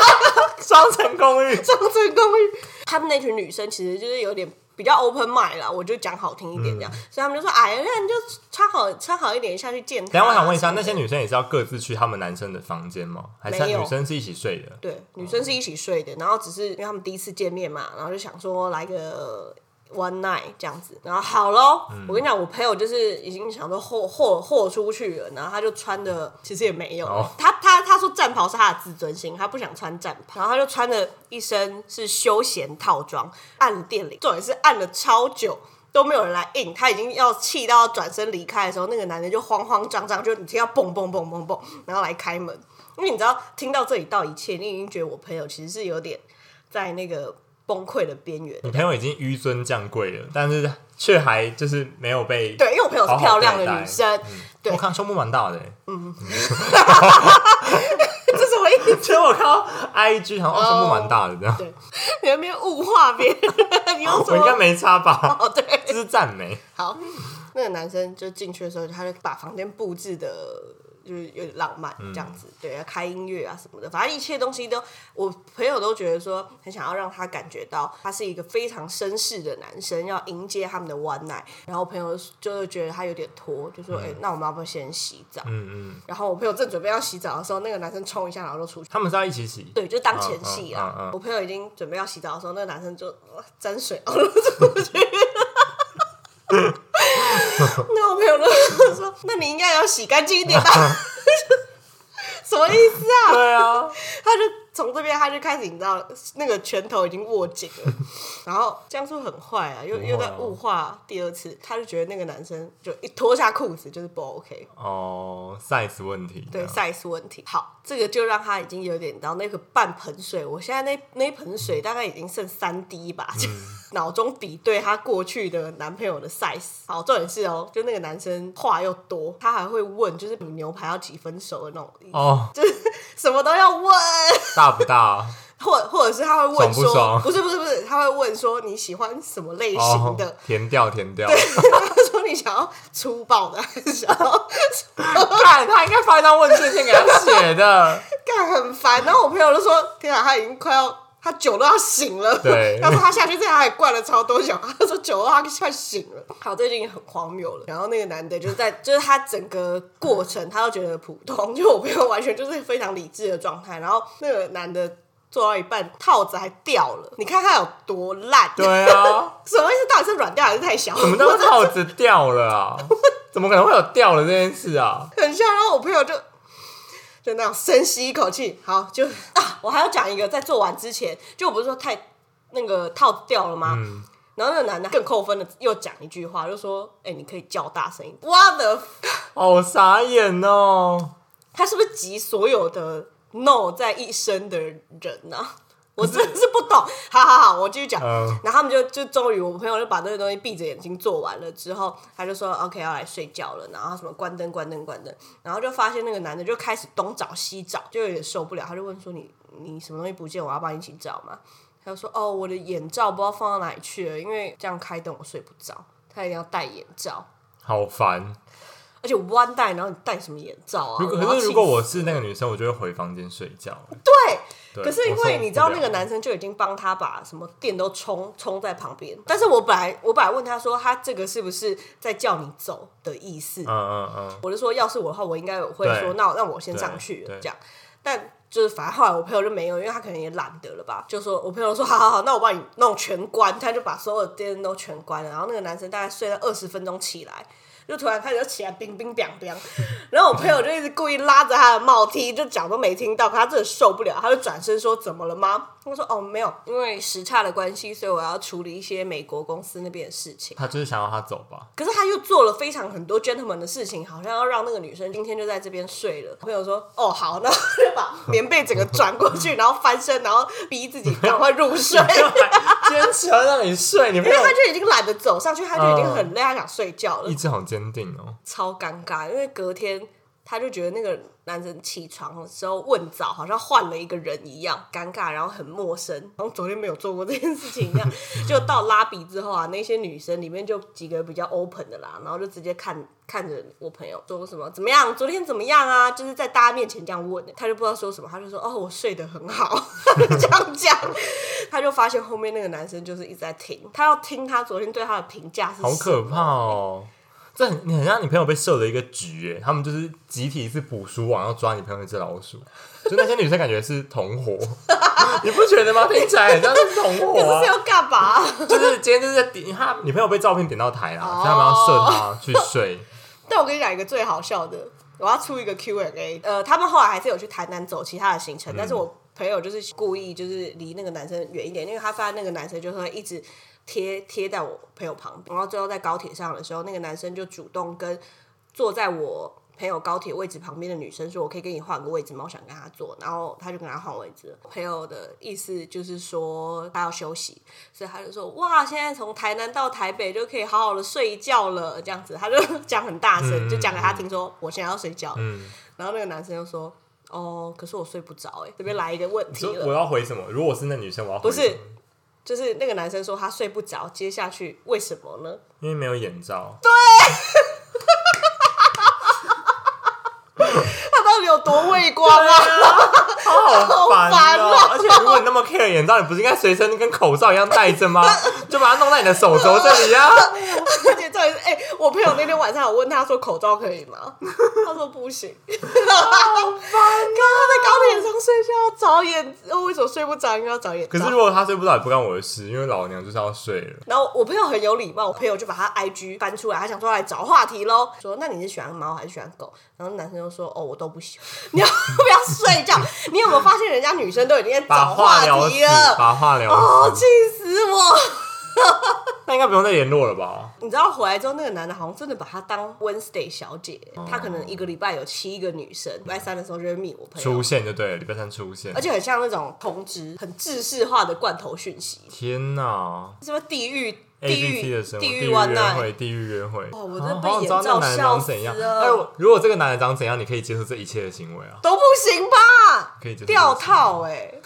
S1: 双层公寓。
S2: 上这个公寓。他们那群女生其实就是有点比较 open mind 啦，我就讲好听一点
S1: 嗯
S2: 这样，所以他们就说，哎呀，那你就穿好穿好一点下去见他啊。
S1: 等一下我想问一下，
S2: 什么
S1: 那
S2: 的
S1: 些女生也是要各自去他们男生的房间吗？还是
S2: 没有
S1: 女生是一起睡的？
S2: 对，女生是一起睡的，然后只是因为他们第一次见面嘛，然后就想说来个 one night 这样子，然后好咯，我跟你讲，我朋友就是已经想说豁豁豁出去了，然后他就穿的其实也没有，
S1: 哦
S2: 他他他说战袍是他的自尊心，他不想穿战袍，然后他就穿了一身是休闲套装，按了电铃，重点是按了超久。都没有人来应，他已经要气到要转身离开的时候，那个男的就慌慌张张，就你听到蹦蹦蹦蹦蹦，然后来开门，因为你知道，听到这里到一切，你已经觉得我朋友其实是有点在那个崩溃的边缘。
S1: 你朋友已经纡尊降贵了，但是却还就是没有被。
S2: 对，因为我朋友是
S1: 好好嗯
S2: 漂亮
S1: 对
S2: 的
S1: 待
S2: 女生，对
S1: 我看胸部蛮大的欸，
S2: 这是我一
S1: 其实我看到 IG 好像哦胸部蛮大的这样，
S2: 对，你在那边物化别人，你 用
S1: 哦
S2: 什
S1: 我应该
S2: 么？
S1: 没差 吧？
S2: 哦，对，
S1: 这是赞美。
S2: 好，那个男生就进去的时候，他就把房间布置的。就是有点浪漫
S1: 嗯
S2: 这样子，对，要开音乐啊什么的，反正一切东西都，我朋友都觉得说很想要让他感觉到他是一个非常绅士的男生，要迎接他们的 one night。然后我朋友就是觉得他有点拖，就说：“哎、那我们要不要先洗澡？”
S1: 嗯嗯，
S2: 然后我朋友正准备要洗澡的时候，那个男生冲一下，然后就出去。
S1: 他们是要一起洗。
S2: 对，就当前戏
S1: 嗯
S2: 啊！
S1: 嗯嗯嗯
S2: 我朋友已经准备要洗澡的时候，那个男生就呃沾 水，然后就出去。那我朋友就说：“那你应该要洗干净一点吧？” 什么意思啊？
S1: 对啊，
S2: 他就从这边，他就开始，你知道，那个拳头已经握紧了。然后江苏很坏啊，又
S1: 不会啊
S2: 又在物化第二次，他就觉得那个男生就一脱下裤子就是不 OK，
S1: 哦，size 问题。
S2: 对
S1: 这样
S2: size 问题。好，这个就让他已经有点到那个半盆水，我现在那那一盆水大概已经剩三滴吧，就
S1: 嗯
S2: 脑中比对他过去的男朋友的 size。好，重点是哦，就那个男生话又多，他还会问，就是你牛排要几分熟的那种，
S1: 哦，
S2: 什么都要问。
S1: 大啊不大？
S2: 或或者是他会问
S1: 爽不
S2: 说，
S1: 爽
S2: 是不是不是，他会问说你喜欢什么类
S1: 哦
S2: 型的？，
S1: 填掉填掉。
S2: 他说你想要粗暴的，还是想要
S1: 看，他应该发一张问卷先给他写的。
S2: 干很烦。然后我朋友就说：“天啊，他已经快要他酒都要醒了。”
S1: 对
S2: 他说他下去这样还灌了超多酒，他说酒都要快醒了。 好，这已经很荒谬了。然后那个男的就在， 就是他整个过程他都觉得普通， 就我朋友完全就是非常理智的状态。然后那个男的。做到一半，套子还掉了，你看他有多烂。
S1: 对啊，
S2: 什么意思？到底是软掉还是太小？
S1: 怎么那套子掉了啊？ 怎么可能会有掉了这件事啊？
S2: 很像。然后我朋友就就那样深吸一口气，好就啊，我还要讲一个，在做完之前，就我不是说太那个套子掉了吗？
S1: 嗯
S2: 然后那个男的更扣分的又讲一句话，就说：“哎、你可以叫大声一点。” What the？f-
S1: 好傻眼哦！
S2: 他是不是集所有的 no 在一身的人呢、 啊？我真的是不懂。好好好，我继续讲。
S1: 嗯
S2: 然后他们就就终于，我朋友就把这个东西闭着眼睛做完了之后，他就说 OK 要来睡觉了，然后什么关灯关灯关灯，然后就发现那个男的就开始东找西找，就有点受不了，他就问说你你什么东西不见，我要帮你一起找嘛。他就说哦我的眼罩不知道放到哪里去了，因为这样开灯我睡不着，他一定要戴眼罩，
S1: 好烦。
S2: 而且弯戴，然后你戴什么眼罩啊？
S1: 如果
S2: 要
S1: 可是
S2: 气
S1: 如果
S2: 死
S1: 我是那个女生，我就会回房间睡觉。
S2: 对。
S1: 对
S2: 可是因
S1: 我受
S2: 为你知道
S1: 不了
S2: 那个男生就已经帮他把什么电都冲冲在旁边，但是我本来我本来问他说他这个是不是在叫你走的意思，
S1: 嗯嗯嗯，
S2: 我就说要是我的话我应该我会说
S1: 对
S2: 那让我先上去
S1: 对对
S2: 这样，但就是反正后来我朋友就没有，因为他可能也懒得了吧，就说我朋友说好好好，那我帮你弄全关，他就把所有的电都全关了，然后那个男生大概睡了二十分钟起来。就突然开始就起来冰冰凉 凉，然后我朋友就一直故意拉着他的帽梯，就讲都没听到，可他真的受不了，他就转身说：“怎么了吗？”他说：“哦，没有，因为时差的关系，所以我要处理一些美国公司那边的事情。”
S1: 他就是想要他走 吧。
S2: 可是他又做了非常很多 gentleman 的事情，好像要让那个女生今天就在这边睡了。朋友说：“哦，好。”然后就把棉被整个转过去，然后翻身，然后逼自己赶快入睡。
S1: 坚持要让你睡，你没
S2: 因为
S1: 有
S2: 他就已经懒得走上去，他就已经很累，他想睡觉了
S1: 意，志好坚定哦。
S2: 超尴尬。因为隔天他就觉得那个男生起床的时候问早，好像换了一个人一样，尴尬，然后很陌生，好像昨天没有做过这件事情一样。 就到拉比之后啊，那些女生里面就几个比较 open 的啦，然后就直接看看着我朋友说什么怎么样，昨天怎么样啊？就是在大家面前这样问，他就不知道说什么，他就说哦，我睡得很好， 这样讲，他就发现后面那个男生就是一直在听，他要听他昨天对他的评价是
S1: 好
S2: 什么
S1: 可怕哦！这很你很像你朋友被设了一个局耶，他们就是集体是捕鼠网要抓你朋友那只老鼠，就那些女生感觉是同 伙，你不觉得吗？听起来很像是同伙
S2: 可
S1: 啊
S2: 是要干嘛？
S1: 就是今天就是在点他女朋友被照片点到台啦，
S2: 哦
S1: 所以他们要射他 去睡。
S2: 但我跟你讲一个最好笑的，我要出一个 Q&A。呃，他们后来还是有去台南走其他的行程，但是我朋友就是故意就是离那个男生远一点，因为他发现那个男生就会一直贴贴在我朋友旁边。然后最后在高铁上的时候，那个男生就主动跟坐在我。朋友高铁位置旁边的女生说：“我可以跟你换个位置吗？我想跟她坐。”然后他就跟她换位置了。朋友的意思就是说他要休息，所以他就说：“哇，现在从台南到台北就可以好好的睡一觉了。”这样子，他就 讲很大声，
S1: 嗯
S2: 就讲给他听说：“我现在要睡觉。
S1: 嗯，
S2: 然后那个男生就说：“哦，可是我睡不着哎、欸，这边来一个问题
S1: 就我
S2: 了，
S1: 要回什么？如果我是那女生，我要
S2: 不
S1: 回什么
S2: 是，就是那个男生说他睡不着，接下去为什么呢？
S1: 因为没有眼罩。
S2: 他到底有多畏 光啊？
S1: 好烦
S2: 好烦
S1: 哦、
S2: 哦
S1: 而且如果你那么 care 眼罩，你不是应该随身跟口罩一样戴 着吗？就把它弄在你的手肘这里啊！
S2: 而且重点是，哎、我朋友那天晚上有问他说口罩可以吗？他说不行。 好烦啊！在高铁上睡觉要找眼，呃为什么睡不着？应该要找眼罩。
S1: 可是如果他睡不着，也不干我的事，因为老娘就是要睡了。
S2: 然后我朋友很有礼貌，我朋友就把他 IG 翻出来，他想说来找话题喽，说那你是喜欢猫还是喜欢狗？然后男生就说哦我都不喜欢， 你要不要睡觉？你有没有发现人家女生都已经在
S1: 把
S2: 找
S1: 话聊
S2: 题
S1: 死，
S2: 了？
S1: 把话聊
S2: 哦，
S1: 死，
S2: 气死我！
S1: 那应该不用再联络了吧？
S2: 你知道回来之后，那个男的好像真的把她当 Wednesday 小姐，他可能一个礼拜有七个女生，礼拜三的时候就会密我朋
S1: 哦出
S2: 友，
S1: 现就对了，礼拜三出现
S2: 而。且很像那种通知，很制式化的罐头讯息，
S1: 天哪
S2: 什么地狱、
S1: ！A
S2: 地
S1: B C 的生、活，
S2: 狱
S1: 地
S2: 地狱
S1: 狱
S2: one
S1: 约
S2: night，
S1: 会，地狱约会。
S2: 哦我真的
S1: 啊
S2: 被
S1: 好想知道
S2: 眼罩
S1: 那个男的长
S2: 笑
S1: 怎样。
S2: 死了
S1: 那如果如果这个男的长怎样，你可以接受这一切的行为啊？
S2: 都不行吧？
S1: 可以接受
S2: 掉套哎、欸，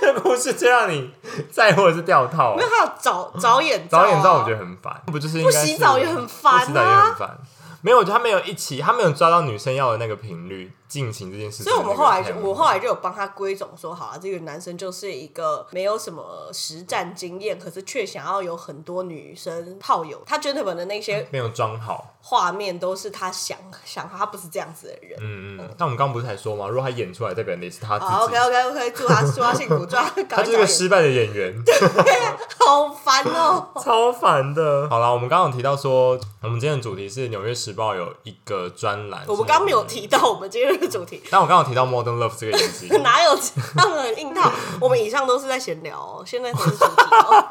S1: 这个故事最让你在乎的是掉套啊
S2: 没。有他有找找眼罩、啊，
S1: 找眼罩我觉得很烦，不就是应该是
S2: 不洗澡也很烦啊
S1: 不洗澡也很烦。没有，他没有一起，他没有抓到女生要的那个频率进行这件事情。
S2: 所以我们后来就，
S1: 那个
S2: 我后来就有帮他归总说，好啊，这个男生就是一个没有什么实战经验，可是却想要有很多女生炮友。他 gentleman 的那些
S1: 没有装好。
S2: 画面都是他想想，他不是这样子的人。
S1: 嗯嗯，但我们刚刚不是才说吗？如果他演出来，代表你是他自己，
S2: 好，OK OK OK，祝他祝他幸 福，祝他
S1: 他
S2: 赶快
S1: 就是个
S2: 找
S1: 失败的演员，
S2: 演好烦哦、
S1: 超烦的。好啦，我们刚刚有提到说，我们今天的主题是《纽约时报》有一个专栏，
S2: 我们刚刚没有提到我们今天的主题，
S1: 但我刚刚有提到 Modern Love 这个演技，
S2: 哪有这样的硬套？我们以上都是在闲聊、哦，现在才是主题、 哦。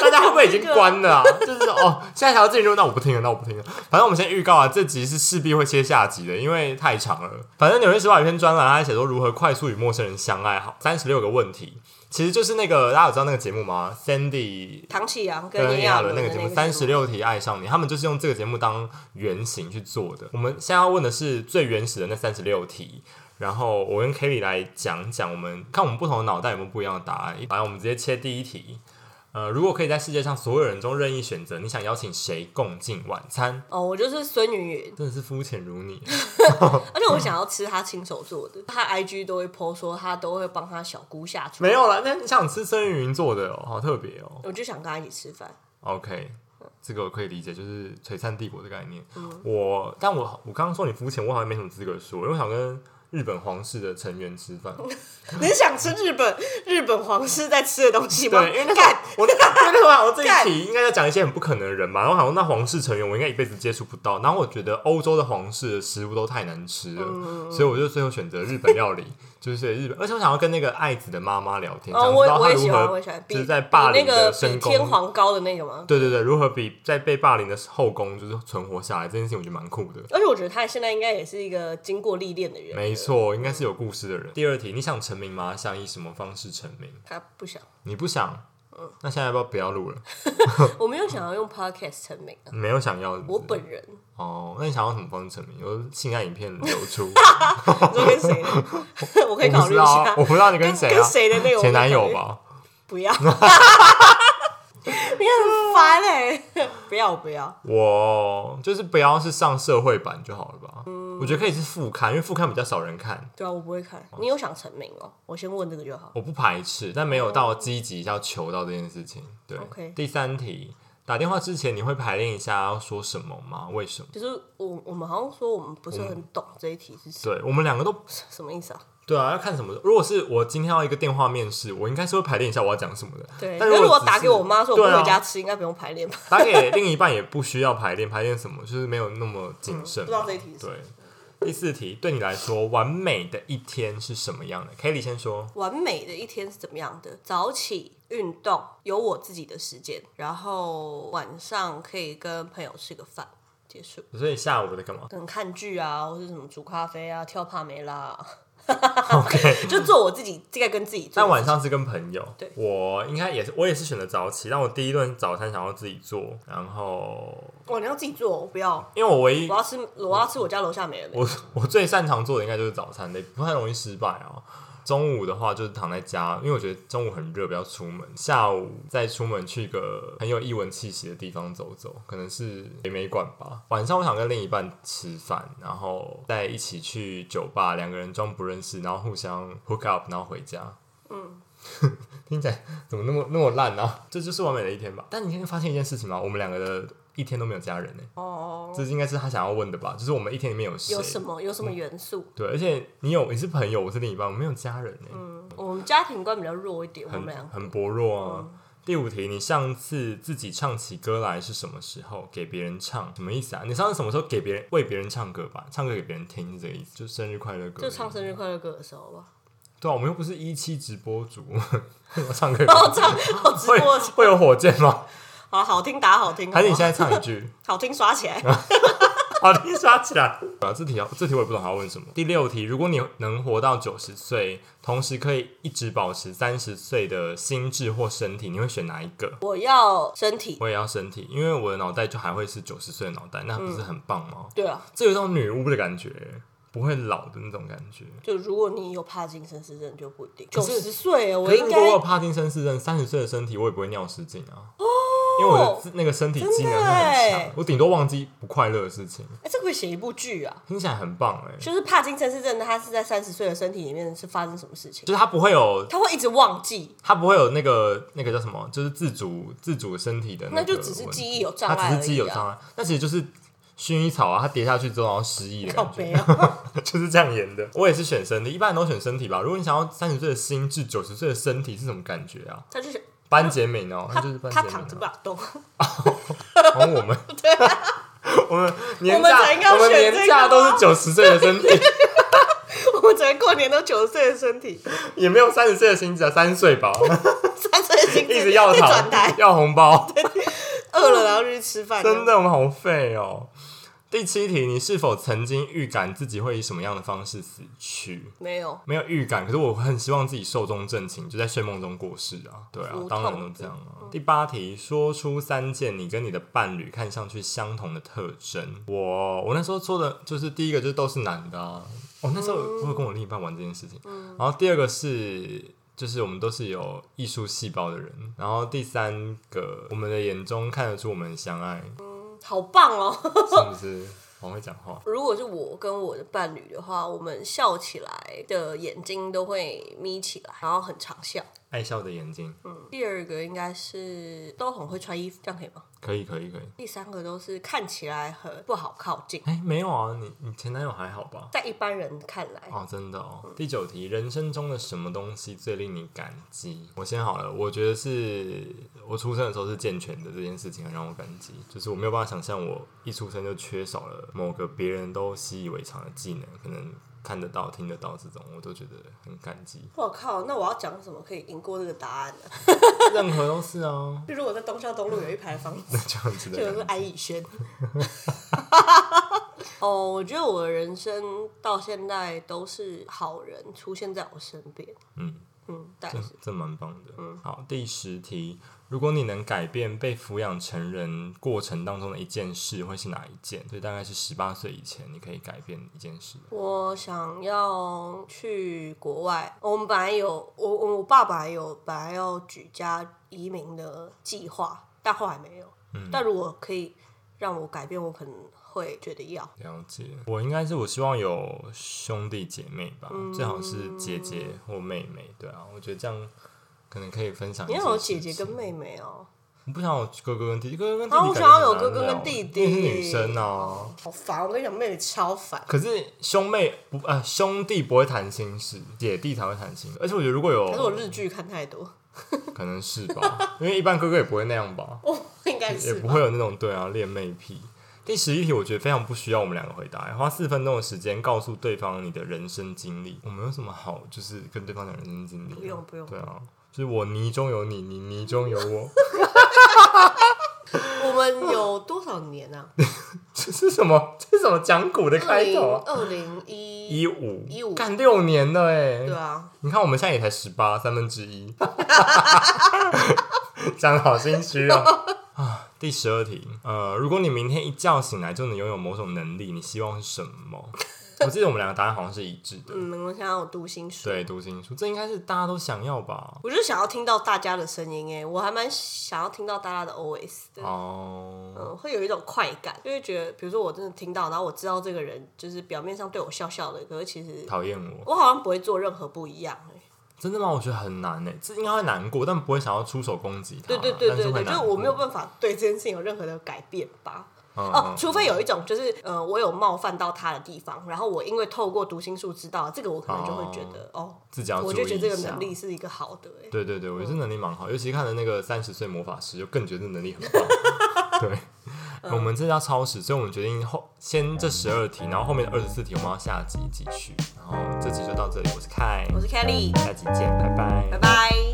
S1: 大家会不会已经关了啊？就是说哦，现在才要进入，那我不听了，那我不听了。反正我们先预告啊，这集是势必会切下集的，因为太长了。反正《纽约时报》有一篇专栏，他写说如何快速与陌生人相爱，好，三十六个问题，其实就是那个大家有知道那个节目吗？Sandy
S2: 唐启阳跟
S1: 跟
S2: 炎
S1: 亚
S2: 亚
S1: 纶
S2: 纶
S1: 那个
S2: 的那
S1: 节
S2: 个
S1: 目《
S2: 节
S1: 三十六题爱上你》，他们就是用这个节目当原型去做的。我们现在要问的是最原始的那三十六题，然后我跟 Kelly 来讲讲，我们看我们不同的脑袋有没有不一样的答案。来，我们直接切第一题。呃，如果可以在世界上所有人中任意选择，你想邀请谁共进晚餐？
S2: 哦，我就是孙云云。
S1: 真的是肤浅如你，
S2: 而且我想要吃他亲手做的，他 IG 都会 po 说他都会帮他小姑下厨，
S1: 没有啦，那你想吃生鱼云做的哦，好特别哦。
S2: 我就想跟他一起吃饭。
S1: OK，这个我可以理解，就是璀璨帝国的概念。
S2: 嗯
S1: 我，但我我刚刚说你肤浅，我好像没什么资格说，因为我想跟日本皇室的成员吃 饭。
S2: 你是想吃日本日本皇室在吃的东西吗？
S1: 对，因为那时
S2: 干
S1: 候我那因为那时候好像这
S2: 干
S1: 一题应该在讲一些很不可能的人嘛，然后好像那皇室成员我应该一辈子接触不到，然后我觉得欧洲的皇室的食物都太难吃了，
S2: 嗯
S1: 所以我就最后选择日本料理，就是日本，而且我想要跟那个爱子的妈妈聊天，
S2: 哦，
S1: 想
S2: 我
S1: 知
S2: 也
S1: 道
S2: 我
S1: 她
S2: 也喜
S1: 如
S2: 欢，我也喜
S1: 何
S2: 欢，比
S1: 就是在
S2: 比
S1: 霸凌
S2: 那个
S1: 的
S2: 比
S1: 深
S2: 天
S1: 宫
S2: 皇高的那个吗？
S1: 对对对，如何比在被霸凌的后宫就是存活下来这件事情，我觉得蛮酷的。
S2: 而且我觉得他现在应该也是一个经过历练的人，
S1: 没错，应该是有故事的人。第二题，你想成名吗？想以什么方式成名？
S2: 他不想。
S1: 你不想，
S2: 呃
S1: 那现在要不要不要录了？
S2: 我没有想要用 podcast 成名啊，
S1: 没有想要是不
S2: 我
S1: 是
S2: 本人，
S1: 哦，那你想要什么方式成名？有性爱影片流 出，
S2: 你说跟谁呢？ 我可以
S1: 我
S2: 考
S1: 不
S2: 虑
S1: 知
S2: 一
S1: 道啊，
S2: 下
S1: 我，不知道你
S2: 跟
S1: 谁啊？
S2: 谁的内容？
S1: 前男友？吧？
S2: 不要， 你很烦哎！不要不要，
S1: 我就是不要是上社会版就好了吧？
S2: 嗯
S1: 我觉得可以是副刊，因为副刊比较少人看，
S2: 对啊，我不会看。你有想成名哦？我先问这个就好。
S1: 我不排斥，但没有到积极要求到这件事情。对
S2: OK
S1: 第三题，打电话之前你会排练一下要说什么吗？为什么？
S2: 就是我我们好像说我们不是很懂这一题是什
S1: 对我们两个都
S2: 什么意思啊？
S1: 对啊，要看什么？如果是我今天要一个电话面试，我应该是会排练一下我要讲什么的。
S2: 对，
S1: 但
S2: 那如果
S1: 只是
S2: 打给我妈说我不
S1: 对啊
S2: 回家吃，应该不用排练吧？
S1: 打给另一半也不需要排练，排练什么就是没有那么谨慎、
S2: 嗯不知道这一题是什么
S1: 对。第四题，对你来说，完美的一天是什么样的？Kelly 先说，
S2: 完美的一天是怎么样的？早起、运动，有我自己的时间，然后晚上可以跟朋友吃个饭，结束。
S1: 所以下午在干嘛
S2: 可能看剧啊，或是什么煮咖啡啊，跳帕梅拉啊，
S1: ？OK，
S2: 就做我自己，这个跟自己做。
S1: 但晚上是跟朋友。
S2: 对
S1: 我应该也是，我也是选择早起，但我第一顿早餐想要自己做，然后
S2: 哇，你要自己做，我不要，
S1: 因为我唯一
S2: 我要吃，我要吃我家楼下美人美。
S1: 我我最擅长做的应该就是早餐类，不太容易失败啊。中午的话就是躺在家，因为我觉得中午很热，不要出门。下午再出门去个很有异文气息的地方走走，可能是北美馆吧。晚上我想跟另一半吃饭，然后再一起去酒吧，两个人装不认识，然后互相 hook up，然后回家。嗯， 听起来怎么那么那么烂啊？这就是完美的一天吧？但你今天发现一件事情吗？我们两个的一天都没有家人呢、
S2: 哦，
S1: 这应该是他想要问的吧？就是我们一天里面有谁？
S2: 有什么有什么元素？
S1: 对，而且你有你是朋友，我是另一半，我没有家人哎、
S2: 嗯，我们家庭观比较弱一点，我们嗯
S1: 很
S2: 俩
S1: 很薄弱啊。第五题，你上次自己唱起歌来是什么时候？给别人唱什么意思啊？你上次什么时候给别人为别人唱歌吧？唱歌给别人听是这个意思，就生日快乐歌。
S2: 就唱生日快乐歌的时候吧。
S1: 对啊，我们又不是一期直播主， 我唱歌给别人
S2: 哦，唱好直
S1: 会
S2: 播的时候，
S1: 会有火箭 吗？
S2: 好好听打好听，
S1: 还是你
S2: 好不
S1: 现在唱一句？
S2: 好好听刷起来。
S1: 好，你刷起来。啊，这题啊这题我也不懂他要问什么。第六题，如果你能活到九十岁，同时可以一直保持三十岁的心智或身体，你会选哪一个？
S2: 我要身体，
S1: 我也要身体，因为我的脑袋就还会是九十岁的脑袋，那不
S2: 嗯
S1: 是很棒吗？
S2: 对啊，
S1: 这有一种女巫的感觉，不会老的那种感觉。
S2: 就如果你有帕金森氏症，就不一定。九
S1: 可是
S2: 十岁，我
S1: 可是
S2: 应
S1: 如果我有
S2: 该哦
S1: 帕金森氏症，三十岁的身体我也不会尿失禁啊，因为我的自那个身体机能是很
S2: 真的
S1: 强
S2: 欸，
S1: 我顶多忘记不快乐的事情，
S2: 哎，这个可以写一部剧啊。
S1: 听起来很棒哎、
S2: 就是帕金森氏症，他是在三十岁的身体里面是发生什么事情？
S1: 就是它不会有
S2: 他会一直忘记，
S1: 他不会有那个那个叫什么，就是自主自主身体的个
S2: 那
S1: 问题，
S2: 就只是记忆有
S1: 他
S2: 障碍
S1: 只
S2: 而
S1: 是记忆有
S2: 已
S1: 障
S2: 啊。
S1: 碍，那其实就是薰衣草啊，它跌下去之后然后失忆的
S2: 靠
S1: 感觉，
S2: 背啊，
S1: 就是这样演的。我也是选身体，一般人都选身体吧。如果你想要三十岁的心智，九十岁的身体是什么感觉啊？
S2: 他就是
S1: 班杰明哦，
S2: 他
S1: 那就是班杰
S2: 他
S1: 明
S2: 躺着
S1: 哦、
S2: 不动，
S1: 然后我们
S2: 对啊，
S1: 我们年
S2: 我们
S1: 假
S2: 才应该要
S1: 我们
S2: 选
S1: 年
S2: 这个
S1: 假都是
S2: 吗
S1: 九十岁的身体，
S2: 我们整个过年都九十岁的身体，
S1: 也没有三十岁的心智啊，三岁吧，
S2: 三岁的心
S1: 一
S2: 智
S1: 直要
S2: 一
S1: 糖
S2: 转台，
S1: 要红包。
S2: 饿了然后就去吃 饭，
S1: 真的，我们好废哦。第七题，你是否曾经预感自己会以什么样的方式死去？
S2: 没有。
S1: 没有预感，可是我很希望自己寿终正寝，就在睡梦中过世啊。对啊
S2: 腹，痛
S1: 当然都这样啊。第八题，说出三件你跟你的伴侣看上去相同的特征。我我那时候做的就是第一个就是都是男的啊。哦，那时候我有跟我另一半玩这件事情。然后第二个是。就是我们都是有艺术细胞的人，然后第三个，我们的眼中看得出我们很相爱，
S2: 好棒哦！
S1: 是不是？很会讲话。
S2: 如果是我跟我的伴侣的话，我们笑起来的眼睛都会眯起来，然后很长笑。
S1: 爱笑的眼睛，
S2: 嗯，第二个应该是都很会穿衣服，这样可以吗？
S1: 可以，可以，可以。
S2: 第三个都是看起来很不好靠近，
S1: 哎、没有啊，你你前男友还好吧？
S2: 在一般人看来，
S1: 哦，真的哦。第九题，人生中的什么东西最令你感激？我先好了，我觉得是我出生的时候是健全的这件事情很让我感激，就是我没有办法想象我一出生就缺少了某个别人都习以为常的技能，可能看得到、听得到这种，我都觉得很感
S2: 。
S1: 激
S2: 我靠，那我要讲什么可以赢过这个答案呢、啊
S1: 任何都是啊，
S2: 就如果在东校东路有一排房子，
S1: 这样子
S2: 就有个
S1: 的。
S2: 安以轩。 哦，我觉得我的人生到现在都是好人出现在我身边，
S1: 嗯
S2: 嗯，但
S1: 这
S2: 是
S1: 这蛮棒的。好，第十题，如果你能改变被抚养成人过程当中的一件事，会是哪一件？所以大概是十八岁以前，你可以改变一件事。
S2: 我想要去国外，我们本来有我我我爸爸有本来要举家移民的计划，但后来没有。
S1: 嗯
S2: 但如果可以让我改变，我可能会觉得要。
S1: 了解，我应该是我希望有兄弟姐妹吧，
S2: 嗯
S1: 最好是姐姐或妹妹。对啊，我觉得这样可能可以分享一
S2: 你
S1: 些事
S2: 要
S1: 情。
S2: 有姐姐跟妹妹哦、
S1: 我不想有哥哥跟弟弟，哥哥跟弟
S2: 啊
S1: 弟
S2: 我
S1: 感觉很难聊、
S2: 想要有哥哥跟弟弟
S1: 因为是女生哦、
S2: 好烦！我跟你讲，妹妹超烦。
S1: 可是兄妹不呃兄弟不会谈心事，姐弟才会谈心事。而且我觉得如果有，
S2: 可是我日剧看太多，
S1: 可能是吧， 因为一般哥哥也不会那样吧，
S2: 我哦应该
S1: 也
S2: 是
S1: 不
S2: 吧。
S1: 会有那种对啊恋妹癖。第十一题，我觉得非常不需要我们两个回答，欸花四分钟的时间告诉对方你的人生经历。我们有什么好就是跟对方讲人生经历啊？
S2: 不用不用
S1: 对啊，就是我泥中有你，你泥中有我，
S2: 我们有多少年 啊？
S1: 这是什么？这是什么讲古的
S2: 二
S1: 开
S2: 零
S1: 头啊？
S2: 二零一，
S1: 一五
S2: 15
S1: 干六年了哎
S2: 对！啊，
S1: 你看我们现在也才十八，三分之一， 讲的好心虚哦。啊，第十二题，呃，如果你明天一觉醒来就能拥有某种能力，你希望是什 么？我记得我们两个答案好像是一致的。
S2: 嗯，我想要有读心术。
S1: 对，读心术，这应该是大家都想要吧？
S2: 我就想要听到大家的声音哎，我还蛮想要听到大家的 OS 的，
S1: 哦，
S2: 嗯，会有一种快感，就会觉得，比如说我真的听到，然后我知道这个人就是表面上对我笑笑的，可是其实
S1: 讨厌我，
S2: 我好像不会做任何不一样哎。
S1: 真的吗？我觉得很难诶，这应该会难过，但不会想要出手攻击他。
S2: 对对对
S1: 但
S2: 对
S1: 会
S2: 对，就
S1: 难
S2: 是我没有
S1: 过
S2: 办法对这件事情有任何的改变吧。
S1: 嗯
S2: 哦
S1: 嗯，
S2: 除非有一种就是呃，我有冒犯到他的地方，然后我因为透过读心术知道这个，我可能就会觉得哦，
S1: 自己要
S2: 我就
S1: 注
S2: 觉
S1: 意
S2: 得这个
S1: 一下
S2: 能力是一个好的哎。
S1: 对对对，我觉得这能力蛮好，尤其看了那个三十岁魔法师，就更觉得能力 很棒。对，我们这要超时，所以我们决定后先这十二题，然后后面的二十四题我们要下集继续，然后这集就到这里，我是凯，嗯
S2: 我是 Kelly，
S1: 下集见，拜拜
S2: 拜拜。